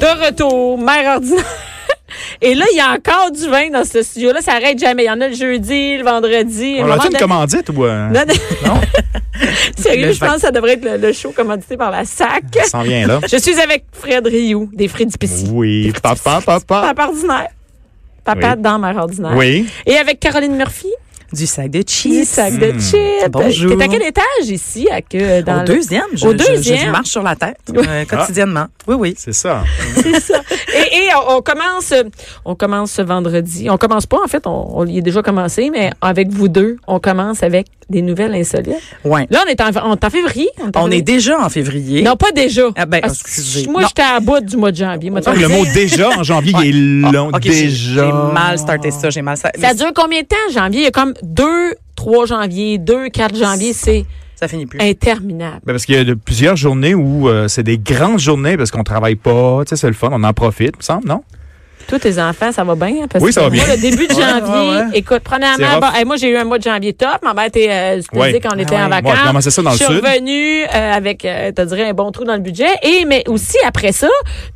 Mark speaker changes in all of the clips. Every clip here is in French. Speaker 1: De retour, mère ordinaire. Et là, il y a encore du vin dans ce studio-là. Ça arrête jamais. Il y en a le jeudi, le vendredi. À un
Speaker 2: On
Speaker 1: moment
Speaker 2: a-tu une
Speaker 1: donné-
Speaker 2: commandite ou. euh,
Speaker 1: Non, non.
Speaker 2: non?
Speaker 1: Sérieux,
Speaker 3: Le
Speaker 1: je pense que ça devrait être le, le show commandité par la SAC.
Speaker 2: Ça s'en vient là.
Speaker 1: Je suis avec Fred Rioux, des Fridipici.
Speaker 2: Oui, papa, papa.
Speaker 1: Papa ordinaire. Papa
Speaker 2: Oui.
Speaker 1: dans mère ordinaire.
Speaker 2: Oui.
Speaker 1: Et avec Caroline Murphy,
Speaker 3: Du sac de
Speaker 1: du
Speaker 3: cheese.
Speaker 1: sac
Speaker 2: Hmm.
Speaker 1: de chips.
Speaker 3: Bonjour.
Speaker 1: T'es à quel étage ici? À que, dans
Speaker 3: Au
Speaker 1: le-
Speaker 3: deuxième, je,
Speaker 1: Au
Speaker 3: je- Je,
Speaker 1: deuxième. Ah.
Speaker 3: marche sur la tête euh, quotidiennement. Oui, oui.
Speaker 2: C'est ça.
Speaker 1: C'est ça. Et, et on, on commence, on commence ce vendredi. On commence pas, en fait, on, on y est déjà commencé, mais avec vous deux, on commence avec des nouvelles insolites.
Speaker 3: Ouais.
Speaker 1: Là, on est en, on est en février. en
Speaker 3: On est
Speaker 1: février.
Speaker 3: déjà en février.
Speaker 1: Non, pas déjà.
Speaker 3: Ah ben,
Speaker 1: Ah,
Speaker 3: excusez.
Speaker 1: Moi,
Speaker 3: Non.
Speaker 1: j'étais à bout du mois de janvier. moi, tu
Speaker 2: Donc,
Speaker 1: vois.
Speaker 2: Ah, le mot déjà en janvier, il est
Speaker 3: Ah,
Speaker 2: long.
Speaker 3: ok, j'ai-
Speaker 2: déjà.
Speaker 3: J'ai mal starté ça, j'ai mal starté.
Speaker 1: Ça dure combien de temps, janvier? Il y a comme 2, 3 janvier, 2, 4 janvier. C'est
Speaker 3: Ça finit plus.
Speaker 1: interminable.
Speaker 2: Ben, parce qu'il y a de- plusieurs journées où euh, c'est des grandes journées parce qu'on travaille pas. Tu sais, c'est le fun, on en profite, il me semble, non?
Speaker 1: Tous tes enfants, ça va bien? hein, Parce
Speaker 2: Oui,
Speaker 1: que
Speaker 2: ça va
Speaker 1: moi,
Speaker 2: bien.
Speaker 1: le début de
Speaker 2: Ouais, ouais,
Speaker 1: janvier,
Speaker 2: ouais.
Speaker 1: écoute,
Speaker 2: C'est
Speaker 1: premièrement,
Speaker 2: rough.
Speaker 1: bon, hey, moi, j'ai eu un mois de janvier top. Ma mère était, euh, je te
Speaker 2: Ouais.
Speaker 1: dis qu'on était
Speaker 3: Ah
Speaker 1: en
Speaker 3: ouais.
Speaker 2: Moi, je
Speaker 1: vacances.
Speaker 2: commençais ça dans
Speaker 1: je
Speaker 2: le
Speaker 1: suis
Speaker 2: sud.
Speaker 1: revenue euh, avec, euh, t'as dirais, un bon trou dans le budget. Et, mais aussi, après ça,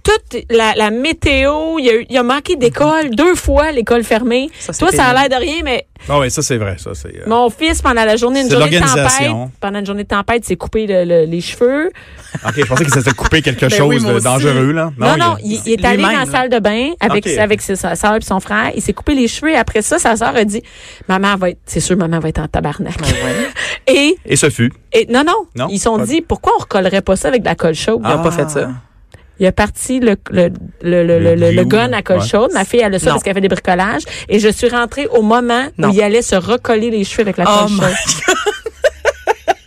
Speaker 1: toute la, la météo, il y, a eu- il y a manqué d'école. Deux fois, l'école fermée.
Speaker 3: Ça, c'est
Speaker 1: Toi, ça a l'air
Speaker 3: pénible.
Speaker 1: de rien, mais
Speaker 2: Ah oui, ça c'est vrai. Ça, c'est, euh,
Speaker 1: mon fils, pendant la journée, une
Speaker 2: C'est
Speaker 1: journée de tempête,
Speaker 2: l'organisation.
Speaker 1: pendant une journée de tempête, s'est coupé le- le- les cheveux.
Speaker 2: OK, je pensais que ça s'était coupé quelque
Speaker 3: Ben
Speaker 2: chose
Speaker 3: oui, moi
Speaker 2: de
Speaker 3: aussi.
Speaker 2: dangereux, là.
Speaker 1: Non, non, il, il est allé
Speaker 3: lui-même,
Speaker 1: dans la
Speaker 3: là.
Speaker 1: salle de bain avec,
Speaker 2: hein. Ok.
Speaker 1: avec ses- sa soeur et son frère. Il s'est coupé les cheveux et après ça, sa soeur a dit Maman va être, c'est sûr, maman va être en tabarnak.
Speaker 3: Ah Ouais.
Speaker 1: Et,
Speaker 2: Et ce fut.
Speaker 1: et non, non,
Speaker 2: Non,
Speaker 1: ils se sont
Speaker 2: pas-
Speaker 1: dit Pourquoi on recollerait pas ça avec de la colle chaude
Speaker 3: Ils n'ont
Speaker 2: Ah.
Speaker 3: pas fait ça.
Speaker 1: Il a parti le, le, le, le, le,
Speaker 2: Le
Speaker 1: le- le
Speaker 2: glue,
Speaker 1: gun à colle
Speaker 2: ouais.
Speaker 1: chaude. Ma fille, elle a ça
Speaker 3: Non.
Speaker 1: parce qu'elle fait des bricolages. Et je suis rentrée au moment
Speaker 3: Non.
Speaker 1: où il allait se recoller les cheveux avec la
Speaker 3: Oh
Speaker 1: colle
Speaker 3: my
Speaker 1: chaude.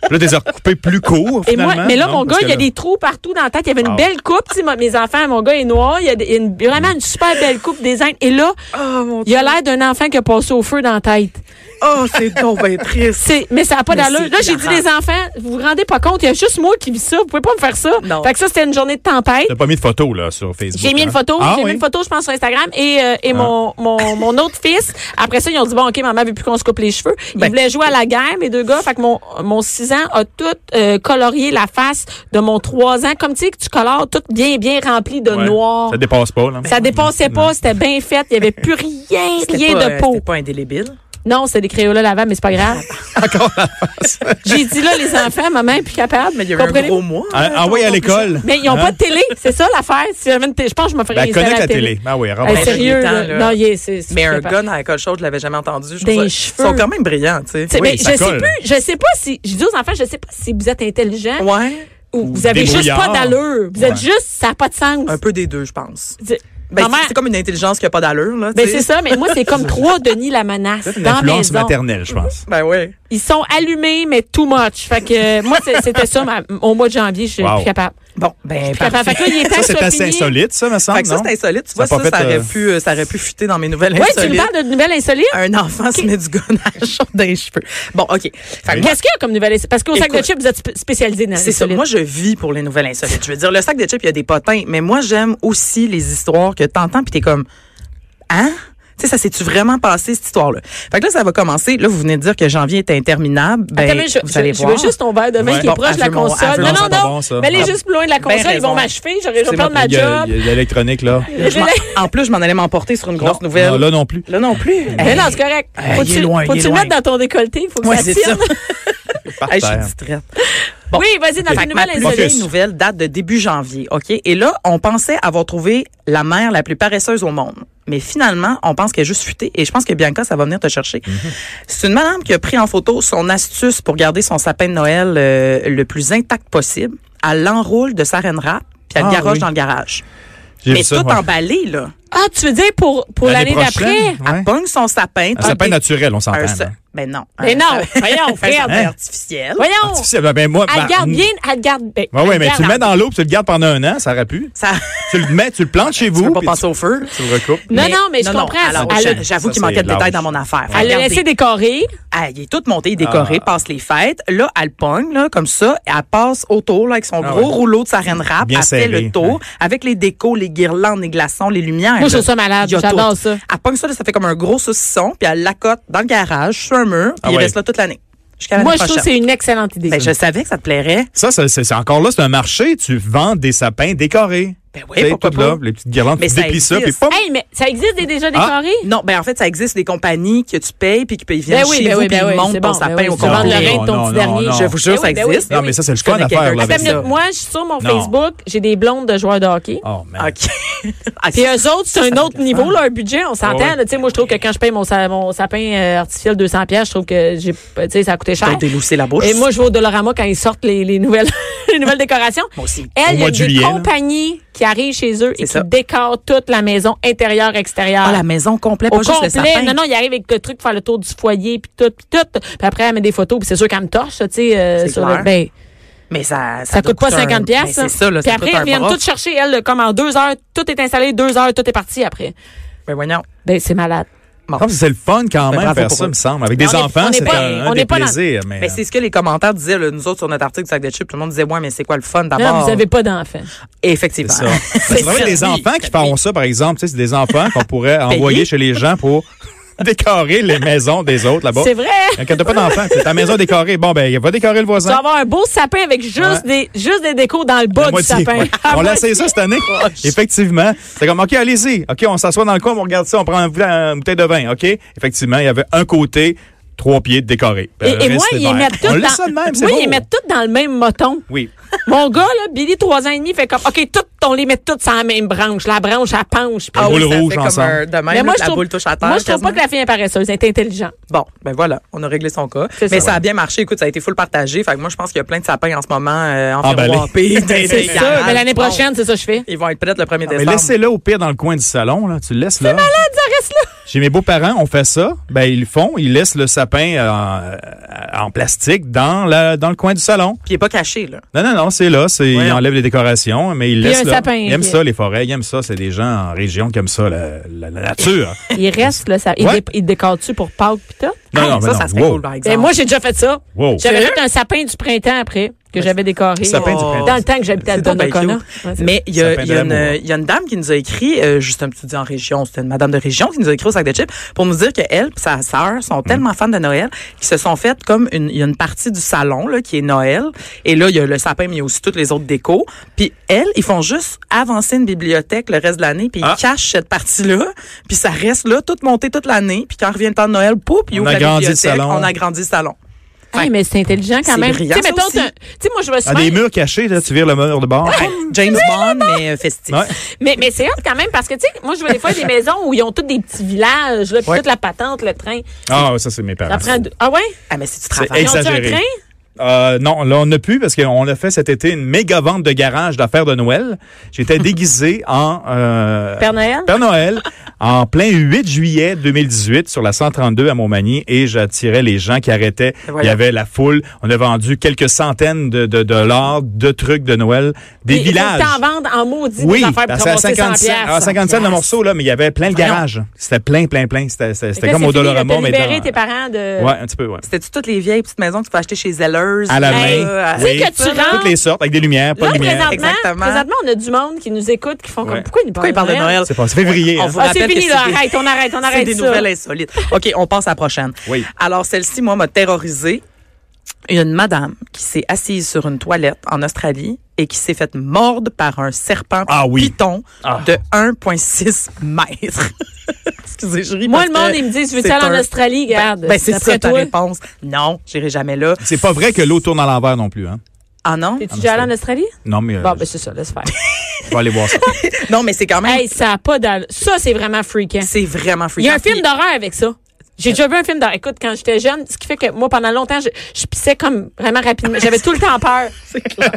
Speaker 2: Là, t'es recoupé plus court.
Speaker 1: Et moi,
Speaker 2: finalement.
Speaker 1: mais là,
Speaker 2: Non,
Speaker 1: mon gars,
Speaker 2: parce
Speaker 1: il y a
Speaker 2: que
Speaker 1: des trous partout dans la tête. Il y avait une
Speaker 2: Wow.
Speaker 1: belle coupe. Tu sais, moi, mes enfants, mon gars est noir. Il y a des- il y a une, vraiment une super belle coupe des Indes. Et là,
Speaker 2: Ah.
Speaker 3: Oh mon
Speaker 1: il a l'air d'un enfant qui a passé au feu dans la tête.
Speaker 3: Oh, c'est donc bien triste.
Speaker 1: C'est, mais ça n'a pas
Speaker 3: Mais
Speaker 1: d'allure.
Speaker 3: c'est
Speaker 1: Là, j'ai dit
Speaker 3: hilarant.
Speaker 1: les enfants, vous vous rendez pas compte, il y a juste moi qui vis ça. Vous pouvez pas me faire ça.
Speaker 3: Non.
Speaker 1: Fait que ça, c'était une journée de tempête.
Speaker 2: T'as pas mis de photo, là, sur Facebook.
Speaker 1: J'ai mis
Speaker 2: hein?
Speaker 1: une photo,
Speaker 2: Ah
Speaker 1: j'ai
Speaker 2: oui? Ah.
Speaker 1: mis une photo, je pense, sur Instagram. Et, euh, et mon, mon, mon autre fils, après ça, ils ont dit, bon, OK, maman veut plus qu'on se coupe les cheveux. Ils
Speaker 3: Ben.
Speaker 1: voulaient jouer à la guerre, mes deux gars. Fait que mon, mon 6 ans a tout euh, colorié la face de mon 3 ans. Comme tu sais que tu colores tout bien, bien rempli de
Speaker 2: Ouais.
Speaker 1: noir.
Speaker 2: Ça dépasse pas, là.
Speaker 1: Ça dépassait pas, c'était bien fait, il y avait plus rien,
Speaker 3: C'était
Speaker 1: rien
Speaker 3: pas, euh,
Speaker 1: de peau.
Speaker 3: C'était pas indélébile.
Speaker 1: Non, c'est des créolas lavables, mais c'est pas grave. J'ai dit là, les enfants, maman est plus capable.
Speaker 3: Mais il y avait
Speaker 1: Comprenez-
Speaker 3: un gros mois.
Speaker 2: Ah, Envoyé à l'école.
Speaker 1: Mais ils ont
Speaker 2: Hein?
Speaker 1: pas de télé, c'est ça l'affaire. Si j'avais une télé, je pense que je me ferais
Speaker 2: Ben,
Speaker 1: installer
Speaker 2: connecte
Speaker 1: la
Speaker 2: la
Speaker 1: télé.
Speaker 2: télé. Ah oui,
Speaker 1: Hey,
Speaker 2: rembourse.
Speaker 3: Ben,
Speaker 1: sérieux,
Speaker 3: les temps,
Speaker 1: là.
Speaker 3: là.
Speaker 1: Non, yeah, c'est c'est
Speaker 3: Mais un
Speaker 1: capable.
Speaker 3: gun dans la colle chaude, je l'avais jamais entendu. Je
Speaker 1: Des
Speaker 3: trouve ça-
Speaker 1: cheveux.
Speaker 3: Ils sont quand même brillants, tu sais.
Speaker 1: Tu sais,
Speaker 2: Oui,
Speaker 1: mais
Speaker 2: ça
Speaker 1: je sais
Speaker 2: colle.
Speaker 1: plus, je sais pas si, j'ai dit aux enfants, je sais pas si vous êtes intelligent
Speaker 3: Ouais.
Speaker 1: ou vous avez juste
Speaker 2: débrouillard.
Speaker 1: pas d'allure. Vous êtes
Speaker 2: Ouais.
Speaker 1: juste, ça n'a pas de sens.
Speaker 3: Un peu des deux, je pense.
Speaker 1: Tu sais, ma
Speaker 3: Ben, c'est-
Speaker 1: mère-
Speaker 3: c'est comme une intelligence qui n'a pas d'allure, là. tu
Speaker 1: ben,
Speaker 3: sais.
Speaker 1: c'est ça, mais moi, c'est comme trois Denis la menace
Speaker 2: C'est une
Speaker 1: dans la maison.
Speaker 2: influence maternelle, je pense.
Speaker 3: Ben, ouais.
Speaker 1: Ils sont allumés, mais too much. Fait que, euh, moi, c'est- c'était ça, ma- au mois de janvier, je suis
Speaker 2: Wow.
Speaker 1: plus capable.
Speaker 3: Bon, ben,
Speaker 1: Fait
Speaker 3: parfait.
Speaker 1: que là, il est temps
Speaker 2: Ça,
Speaker 1: que
Speaker 2: c'est
Speaker 1: soit
Speaker 2: assez
Speaker 1: fini.
Speaker 2: insolite, ça, me
Speaker 1: Ah,
Speaker 2: semble.
Speaker 3: Fait que ça,
Speaker 2: non?
Speaker 3: c'est insolite. Tu
Speaker 2: Ça
Speaker 3: vois,
Speaker 2: a
Speaker 3: ça,
Speaker 2: pas
Speaker 3: ça,
Speaker 2: fait,
Speaker 3: aurait
Speaker 2: euh,
Speaker 3: pu, euh, ça aurait pu fuiter dans mes nouvelles
Speaker 1: Oui, tu
Speaker 3: insolites.
Speaker 1: nous parles de nouvelles insolites?
Speaker 3: Un enfant se met du gun à la chaude dans les cheveux. Bon, OK. Fait que
Speaker 2: Oui.
Speaker 3: moi,
Speaker 1: Qu'est-ce qu'il y a comme nouvelle insolite? Parce qu'au sac de
Speaker 3: Écoute,
Speaker 1: chips, vous êtes spé- spécialisé dans
Speaker 3: c'est ça.
Speaker 1: l'insolite.
Speaker 3: Moi, je vis pour les nouvelles insolites. Je veux dire, le sac de chips, il y a des potins, mais moi, j'aime aussi les histoires que t'entends puis t'es comme, hein? Tu sais, ça s'est-tu vraiment passé, cette histoire-là? Fait que là, ça va commencer. Là, vous venez de dire que janvier est interminable. Ben,
Speaker 1: Attends, mais je,
Speaker 3: vous
Speaker 1: je-
Speaker 3: allez
Speaker 1: je
Speaker 3: voir.
Speaker 1: veux juste ton verre de vin
Speaker 2: Ouais.
Speaker 1: qui est
Speaker 2: Bon,
Speaker 1: proche de la
Speaker 3: elle veut mon-
Speaker 1: console.
Speaker 3: elle
Speaker 1: Non,
Speaker 3: veut
Speaker 1: non,
Speaker 3: mon-
Speaker 2: c'est pas
Speaker 1: non.
Speaker 2: bon, ça.
Speaker 1: Mais elle est
Speaker 2: Ah.
Speaker 1: juste plus loin de la console. ils
Speaker 3: raison.
Speaker 1: vont m'achever. J'aurais je vais
Speaker 3: C'est
Speaker 1: perdre ma
Speaker 2: Il y a,
Speaker 1: job.
Speaker 2: il y a de l'électronique, là.
Speaker 3: Je m'en- en plus, je m'en allais m'emporter sur une grosse
Speaker 2: Non,
Speaker 3: nouvelle.
Speaker 2: non, là non plus.
Speaker 3: Là non plus.
Speaker 1: Mais non, c'est correct.
Speaker 3: Hey,
Speaker 1: Faut-tu
Speaker 3: il est loin, il
Speaker 1: faut-tu
Speaker 3: est
Speaker 1: le
Speaker 3: loin.
Speaker 1: mettre dans ton décolleté? Il faut que
Speaker 3: Ouais,
Speaker 1: ça
Speaker 3: c'est
Speaker 1: tienne.
Speaker 2: Par
Speaker 3: Hey, je suis
Speaker 2: terre.
Speaker 3: distraite. Bon.
Speaker 1: Oui, vas-y, dans
Speaker 2: Ok.
Speaker 1: ta
Speaker 3: Fait que ma
Speaker 1: nouvelle
Speaker 3: plus
Speaker 1: insolite.
Speaker 3: vieille nouvelle date de début janvier, OK? Et là, on pensait avoir trouvé la mère la plus paresseuse au monde. Mais finalement, on pense qu'elle est juste futée et je pense que Bianca, ça va venir te chercher.
Speaker 2: Mm-hmm.
Speaker 3: C'est une madame qui a pris en photo son astuce pour garder son sapin de Noël euh, le plus intact possible. Elle l'enroule de saran wrap puis elle le
Speaker 2: Ah,
Speaker 3: garoche
Speaker 2: oui.
Speaker 3: dans le garage.
Speaker 2: J'ai
Speaker 3: Mais
Speaker 2: vu ça,
Speaker 3: tout
Speaker 2: ouais.
Speaker 3: emballé, là.
Speaker 1: Ah, tu veux dire pour, pour l'année d'après?
Speaker 2: prochaine,
Speaker 3: Elle
Speaker 2: ouais.
Speaker 3: pogne son sapin.
Speaker 2: Un sapin
Speaker 3: des-
Speaker 2: naturel, on s'entend.
Speaker 3: un
Speaker 2: là.
Speaker 3: sa- Ben non.
Speaker 1: Mais
Speaker 3: Un
Speaker 1: non,
Speaker 3: sapin-
Speaker 1: voyons,
Speaker 3: un sapin
Speaker 1: Fred.
Speaker 3: artificiel.
Speaker 1: Voyons.
Speaker 2: Artificiel. Ben, ben, moi,
Speaker 1: Elle
Speaker 2: ben,
Speaker 1: garde bien, elle garde bien.
Speaker 2: Ouais, ouais, mais tu le mets
Speaker 1: Regarde.
Speaker 2: dans l'eau puis tu le gardes pendant un an, ça aurait pu.
Speaker 3: Ça
Speaker 2: Tu le mets, tu le plantes chez
Speaker 3: tu
Speaker 2: vous.
Speaker 3: peux pas
Speaker 2: puis
Speaker 3: passer au feu.
Speaker 2: Tu tu le recoupes.
Speaker 1: Non, non, mais je comprends.
Speaker 3: Alors,
Speaker 1: Elle-
Speaker 3: je- j'avoue
Speaker 2: ça,
Speaker 3: qu'il
Speaker 2: c'est
Speaker 3: manquait de
Speaker 2: lâche.
Speaker 3: détails dans mon affaire.
Speaker 1: Elle l'a
Speaker 3: Regardez.
Speaker 1: laissé Ah. décorer.
Speaker 3: Ah, il est tout monté, décoré, passe les fêtes. Là, elle pogne, là, comme ça. Elle passe autour, là, avec son
Speaker 2: Ah
Speaker 3: gros
Speaker 2: ouais.
Speaker 3: rouleau de saran wrap.
Speaker 2: Bien
Speaker 3: elle fait
Speaker 2: serré,
Speaker 3: le tour. Avec les décos, les guirlandes, les glaçons, les lumières.
Speaker 1: Moi, je
Speaker 3: là.
Speaker 1: trouve ça malade.
Speaker 3: Il y a
Speaker 1: J'adore
Speaker 3: tout.
Speaker 1: ça.
Speaker 3: Elle pogne ça, là, ça fait comme un gros saucisson, puis elle l'accote dans le garage, sur un mur, puis
Speaker 2: Ah
Speaker 3: il
Speaker 2: ouais.
Speaker 3: reste là toute l'année. Jusqu'à l'année
Speaker 1: Moi, je trouve
Speaker 3: prochaine.
Speaker 1: que c'est une excellente idée.
Speaker 3: Ben, je savais que ça te plairait.
Speaker 2: Ça, ça, c'est c'est encore là, c'est un marché. Tu vends des sapins décorés.
Speaker 3: Ben oui,
Speaker 2: Tu sais,
Speaker 3: pourquoi
Speaker 2: tout là,
Speaker 3: pas.
Speaker 2: les petites guirlandes,
Speaker 3: Mais
Speaker 2: tu
Speaker 3: ça
Speaker 2: déplies ça, puis
Speaker 3: existe.
Speaker 2: pom!
Speaker 1: Hey, mais ça existe des déjà
Speaker 2: Ah.
Speaker 1: décorés?
Speaker 3: Non, ben en fait, ça existe des compagnies que tu payes puis qui peuvent venir
Speaker 1: Ben
Speaker 3: chez vous puis ils montent
Speaker 1: c'est
Speaker 3: ton
Speaker 1: bon,
Speaker 3: sapin
Speaker 1: ben oui,
Speaker 3: au
Speaker 1: tu vas vendre
Speaker 2: complet.
Speaker 1: le rein de ton
Speaker 2: Non,
Speaker 1: petit
Speaker 2: non,
Speaker 1: dernier.
Speaker 2: non.
Speaker 3: Je vous jure,
Speaker 1: Ben
Speaker 3: ça
Speaker 1: oui, ben oui,
Speaker 3: existe.
Speaker 1: ben
Speaker 2: Non, mais ça, c'est le
Speaker 3: Je
Speaker 2: fun
Speaker 3: connais
Speaker 2: à faire,
Speaker 3: quelqu'un
Speaker 2: là,
Speaker 3: qui
Speaker 1: Attends
Speaker 2: avec
Speaker 1: une
Speaker 3: fait
Speaker 2: ça.
Speaker 1: minute. Moi, je suis sur mon
Speaker 2: Non.
Speaker 1: Facebook, j'ai des blondes de joueurs de hockey.
Speaker 3: Ah.
Speaker 2: Oh, man.
Speaker 3: OK. Ah,
Speaker 1: Puis eux autres, c'est un autre niveau, leur budget, on s'entend.
Speaker 2: Ah ouais.
Speaker 1: là. Tu sais, moi, je trouve que quand je paye mon, sa- mon sapin euh, artificiel 200 pièces, je trouve que j'ai, euh, tu sais, ça a coûté
Speaker 3: T'as
Speaker 1: cher.
Speaker 3: déloussé la bouche.
Speaker 1: Et moi, je vais au Dolorama quand ils sortent les, les nouvelles, les nouvelles décorations.
Speaker 3: Moi aussi.
Speaker 1: Elle, il y
Speaker 2: mois
Speaker 1: a
Speaker 2: de
Speaker 1: des
Speaker 2: juillet, là.
Speaker 1: compagnies qui arrivent chez eux et qui
Speaker 3: ça.
Speaker 1: décorent toute la maison intérieure, extérieure.
Speaker 3: Ah, la maison complète,
Speaker 1: au
Speaker 3: pas juste le
Speaker 1: complet.
Speaker 3: sapin.
Speaker 1: Non, non, il arrive avec le truc pour faire le tour du foyer, puis tout, puis tout. Puis après, elle met des photos, puis c'est sûr qu'elle me torche, ça, tu sais, euh,
Speaker 3: C'est
Speaker 1: sur
Speaker 3: clair.
Speaker 1: le... Ben,
Speaker 3: Mais ça, ça,
Speaker 1: ça
Speaker 3: doit
Speaker 1: coûte pas
Speaker 3: coûter un-
Speaker 1: 50
Speaker 3: Ben,
Speaker 1: pièces.
Speaker 3: C'est ça, là.
Speaker 1: Puis
Speaker 3: ça
Speaker 1: après,
Speaker 3: coûte un
Speaker 1: ils viennent
Speaker 3: bras.
Speaker 1: tout chercher, elle, comme en deux heures, tout est installé, deux heures, tout est parti après.
Speaker 3: Ben voyons.
Speaker 1: Ben, c'est malade.
Speaker 3: Bon.
Speaker 2: Comme Ah, c'est le fun quand
Speaker 3: Ben,
Speaker 2: même
Speaker 3: bravo
Speaker 2: faire
Speaker 3: pour
Speaker 2: ça,
Speaker 3: eux.
Speaker 2: me semble. Avec
Speaker 1: on
Speaker 2: des
Speaker 1: est-
Speaker 2: enfants,
Speaker 1: on est
Speaker 2: c'est
Speaker 1: pas-
Speaker 2: un,
Speaker 1: on
Speaker 2: un
Speaker 1: est
Speaker 2: des
Speaker 1: pas dans-
Speaker 2: plaisirs. Mais,
Speaker 3: Mais c'est ce que les commentaires disaient, là, nous autres, sur notre article du sac de chips, tout le monde disait, ouais, mais c'est quoi le fun
Speaker 1: Là,
Speaker 3: d'abord?
Speaker 1: vous avez pas d'enfants.
Speaker 3: Effectivement.
Speaker 2: ça. euh, C'est
Speaker 3: ça,
Speaker 2: vraiment des
Speaker 3: oui.
Speaker 2: enfants qui font ça, par exemple. Tu sais, C'est des enfants qu'on pourrait envoyer chez les gens pour décorer les maisons des autres là-bas. Hein,
Speaker 1: C'est vrai.
Speaker 2: Quand t'as pas d'enfants, c'est ta maison décorée. Bon, ben, va décorer le
Speaker 1: Tu vas
Speaker 2: voisin.
Speaker 1: avoir un beau sapin avec juste des juste des décos dans le bas
Speaker 2: La
Speaker 1: du
Speaker 2: moitié,
Speaker 1: sapin. Ah,
Speaker 2: ouais.
Speaker 1: À
Speaker 2: On l'a
Speaker 1: moitié.
Speaker 2: essayé ça cette année. Effectivement. C'est comme, OK, allez-y. OK, on s'assoit dans le coin, on regarde ça, on prend un vla- une bouteille de vin. OK? Effectivement, il y avait un côté, trois pieds décorés.
Speaker 1: Et,
Speaker 2: Euh,
Speaker 1: et moi,
Speaker 2: reste
Speaker 1: ils
Speaker 2: vert.
Speaker 1: mettent tout
Speaker 2: On
Speaker 1: dans,
Speaker 2: laisse ça de même, c'est
Speaker 1: Oui,
Speaker 2: beau.
Speaker 1: ils mettent tout dans le même moton.
Speaker 2: Oui.
Speaker 1: Mon gars, là, Billy, trois ans et demi, fait comme, OK, tout, on les met toutes sur la même branche. La branche, elle penche. puis-
Speaker 2: Ah oui.
Speaker 3: ça
Speaker 2: Boule
Speaker 3: fait
Speaker 2: rouge
Speaker 3: comme
Speaker 2: ensemble.
Speaker 3: un- de même,
Speaker 1: Mais
Speaker 3: là,
Speaker 1: moi,
Speaker 3: que
Speaker 1: je
Speaker 3: la
Speaker 1: trouve,
Speaker 3: boule touche à terre.
Speaker 1: moi, je trouve pas que la fille est paresseuse, elle est intelligente.
Speaker 3: Bon, ben voilà, on a réglé son cas.
Speaker 1: C'est
Speaker 3: Mais
Speaker 1: ça.
Speaker 3: ça a bien marché. Écoute, ça a été full partagé. Fait que moi, je pense qu'il y a plein de sapins en ce moment euh, en
Speaker 2: Emballés.
Speaker 3: ferroapé, dans les
Speaker 1: C'est
Speaker 3: garages.
Speaker 1: ça. Mais l'année
Speaker 3: Bon,
Speaker 1: prochaine, c'est ça que je fais.
Speaker 3: Ils vont être prêts le 1er
Speaker 2: Ah, Mais
Speaker 3: décembre.
Speaker 2: laissez-le au pire dans le coin du salon, là. Tu le laisses là.
Speaker 1: Ah, ça reste là.
Speaker 2: Chez mes beaux-parents, on fait ça. Ben, ils le font. Ils laissent le sapin euh, en plastique dans, la, dans le coin du salon.
Speaker 3: Puis il est pas caché, là.
Speaker 2: Non, non, non, c'est là. C'est,
Speaker 3: Ouais.
Speaker 2: Ils enlèvent les décorations, mais ils
Speaker 1: Puis
Speaker 2: laissent
Speaker 1: un
Speaker 2: là.
Speaker 1: sapin,
Speaker 2: Ils aiment
Speaker 1: puis-
Speaker 2: ça, les forêts. Ils aiment ça. C'est des gens en région qui aiment ça, la, la- la nature.
Speaker 1: Il reste le sapin. Il,
Speaker 2: Ouais.
Speaker 1: dé- il décore-tu pour Pâques pis tout?
Speaker 2: non,
Speaker 3: Ah,
Speaker 2: non, mais
Speaker 3: ça,
Speaker 2: non.
Speaker 3: ça serait
Speaker 2: Wow.
Speaker 3: cool, par exemple.
Speaker 1: Ben, moi, j'ai déjà fait ça.
Speaker 2: Wow.
Speaker 1: J'avais
Speaker 3: Sérieux?
Speaker 1: fait un sapin du printemps après, que j'avais décoré.
Speaker 2: Sapin du
Speaker 1: Oh.
Speaker 2: printemps.
Speaker 1: Dans le temps que j'habitais à
Speaker 3: C'est donc bien
Speaker 1: Donnacona.
Speaker 3: cute.
Speaker 1: Ouais, c'est-
Speaker 3: Mais il y, a-
Speaker 2: Sapin
Speaker 3: il
Speaker 2: de
Speaker 3: y a une-
Speaker 2: l'amour.
Speaker 3: il y a une dame qui nous a écrit, euh, juste un petit dit en région, c'était une madame de région qui nous a écrit au sac de chips pour nous dire que elle et sa sœur sont tellement fans de Noël qu'ils se sont faites comme une, il y a une partie du salon là, qui est Noël. Et là, il y a le sapin, mais il y a aussi toutes les autres décos. Puis elles, ils font juste avancer une bibliothèque le reste de l'année, puis
Speaker 2: Ah.
Speaker 3: ils cachent cette partie-là, puis ça reste là, toute montée toute l'année. Puis quand revient le temps de Noël, pouf, ils
Speaker 2: On
Speaker 3: ouvrent la
Speaker 2: agrandit le
Speaker 3: bibliothèque,
Speaker 2: salon.
Speaker 3: on agrandit le salon.
Speaker 1: Hey, mais c'est intelligent
Speaker 3: C'est
Speaker 1: quand même.
Speaker 3: brillant,
Speaker 1: Tu sais,
Speaker 3: ça
Speaker 1: mettons,
Speaker 3: aussi.
Speaker 1: t'as- tu sais, moi, je me
Speaker 2: Ah,
Speaker 1: souviens.
Speaker 2: des murs cachés, là, tu vires le mur de bord.
Speaker 3: James Bond, mais euh, festif.
Speaker 2: Ouais.
Speaker 1: Mais, mais c'est hot quand même parce que, tu sais, moi, je vois des fois des maisons où ils ont tous des petits villages, là, puis
Speaker 2: Ouais.
Speaker 1: toute la patente, le train.
Speaker 2: Ah, ouais, ça, c'est mes parents.
Speaker 1: Ça prend deux- Ah ouais?
Speaker 3: Ah, mais si tu
Speaker 2: C'est
Speaker 3: travailles.
Speaker 1: Ils ont un
Speaker 2: Exagéré.
Speaker 1: train?
Speaker 2: Euh, non, là, on n'a plus parce qu'on a fait cet été une méga vente de garage d'affaires de Noël. J'étais déguisé en... euh,
Speaker 1: Père Noël?
Speaker 2: Père Noël, en plein 8 juillet 2018 sur la 132 à Montmagny et j'attirais les gens qui arrêtaient.
Speaker 1: Ben
Speaker 3: Voilà.
Speaker 2: Il y avait la foule. On a vendu quelques centaines de, de, de dollars de trucs de Noël, des
Speaker 1: Ils- ils
Speaker 2: villages.
Speaker 1: t'en vendent en maudit
Speaker 2: Oui,
Speaker 1: des affaires pour
Speaker 2: parce que à
Speaker 1: ramasser 100
Speaker 2: 50 cents,
Speaker 1: piastres.
Speaker 2: à 50 cents le morceau, là, mais il y avait plein le
Speaker 3: Voyons.
Speaker 2: garage. C'était plein, plein, plein. C'était, c'était,
Speaker 1: Fait que
Speaker 2: c'était
Speaker 1: là,
Speaker 2: comme
Speaker 1: c'est
Speaker 2: au
Speaker 1: fini, là,
Speaker 2: Dolorama,
Speaker 1: t'as
Speaker 2: mais
Speaker 1: libéré
Speaker 2: dans-
Speaker 1: tes parents de...
Speaker 2: Ouais, un petit peu, ouais.
Speaker 3: C'était-tu toutes les vieilles petites maisons que tu peux acheter chez Zellers?
Speaker 2: À la main.
Speaker 1: Hey,
Speaker 3: Euh,
Speaker 1: tu sais
Speaker 2: oui.
Speaker 1: que tu rentres-
Speaker 2: Toutes les sortes, avec des lumières, pas
Speaker 1: Là,
Speaker 2: de lumière.
Speaker 1: présentement,
Speaker 3: Exactement.
Speaker 1: présentement, on a du monde qui nous écoute, qui font comme,
Speaker 2: Ouais.
Speaker 1: pourquoi ils nous
Speaker 3: Pourquoi il parle de Noël?
Speaker 2: C'est pas, c'est février.
Speaker 3: On
Speaker 2: hein.
Speaker 3: vous
Speaker 1: Ah, c'est
Speaker 3: rappelle
Speaker 1: fini,
Speaker 3: que
Speaker 1: là.
Speaker 3: c'est des-
Speaker 1: Arrête, on arrête, on
Speaker 3: C'est
Speaker 1: arrête
Speaker 3: des
Speaker 1: ça.
Speaker 3: nouvelles insolites. OK, on passe à la prochaine.
Speaker 2: Oui.
Speaker 3: Alors, celle-ci, moi, m'a terrorisée. Il y a une madame qui s'est assise sur une toilette en Australie et qui s'est faite mordre par un serpent
Speaker 2: Ah oui.
Speaker 3: python
Speaker 2: Ah.
Speaker 3: de 1,6 mètres. Excusez, je ris.
Speaker 1: Moi,
Speaker 3: parce
Speaker 1: le monde,
Speaker 3: que
Speaker 1: ils me disent, veux-tu
Speaker 3: c'est
Speaker 1: aller en
Speaker 3: un-
Speaker 1: Australie? Garde.
Speaker 3: Ben, c'est
Speaker 1: D'après
Speaker 3: ça ta
Speaker 1: toi.
Speaker 3: réponse. Non, j'irai jamais là.
Speaker 2: C'est pas vrai que l'eau tourne à l'envers non plus, hein.
Speaker 3: Ah non?
Speaker 1: T'es-tu déjà allé en Australie?
Speaker 3: Ah,
Speaker 2: Non, mais, euh,
Speaker 1: Bon, ben, c'est ça, laisse faire.
Speaker 2: je vais aller voir ça.
Speaker 3: Non, mais c'est quand même...
Speaker 1: hey, ça a pas d'allure. Ça, c'est vraiment freakant.
Speaker 3: C'est vraiment
Speaker 1: Il
Speaker 3: freaking.
Speaker 1: y a un film d'horreur avec ça. J'ai déjà vu un film d'horreur. Écoute, quand j'étais jeune, ce qui fait que moi, pendant longtemps, je, je pissais comme vraiment rapidement. J'avais tout le temps peur.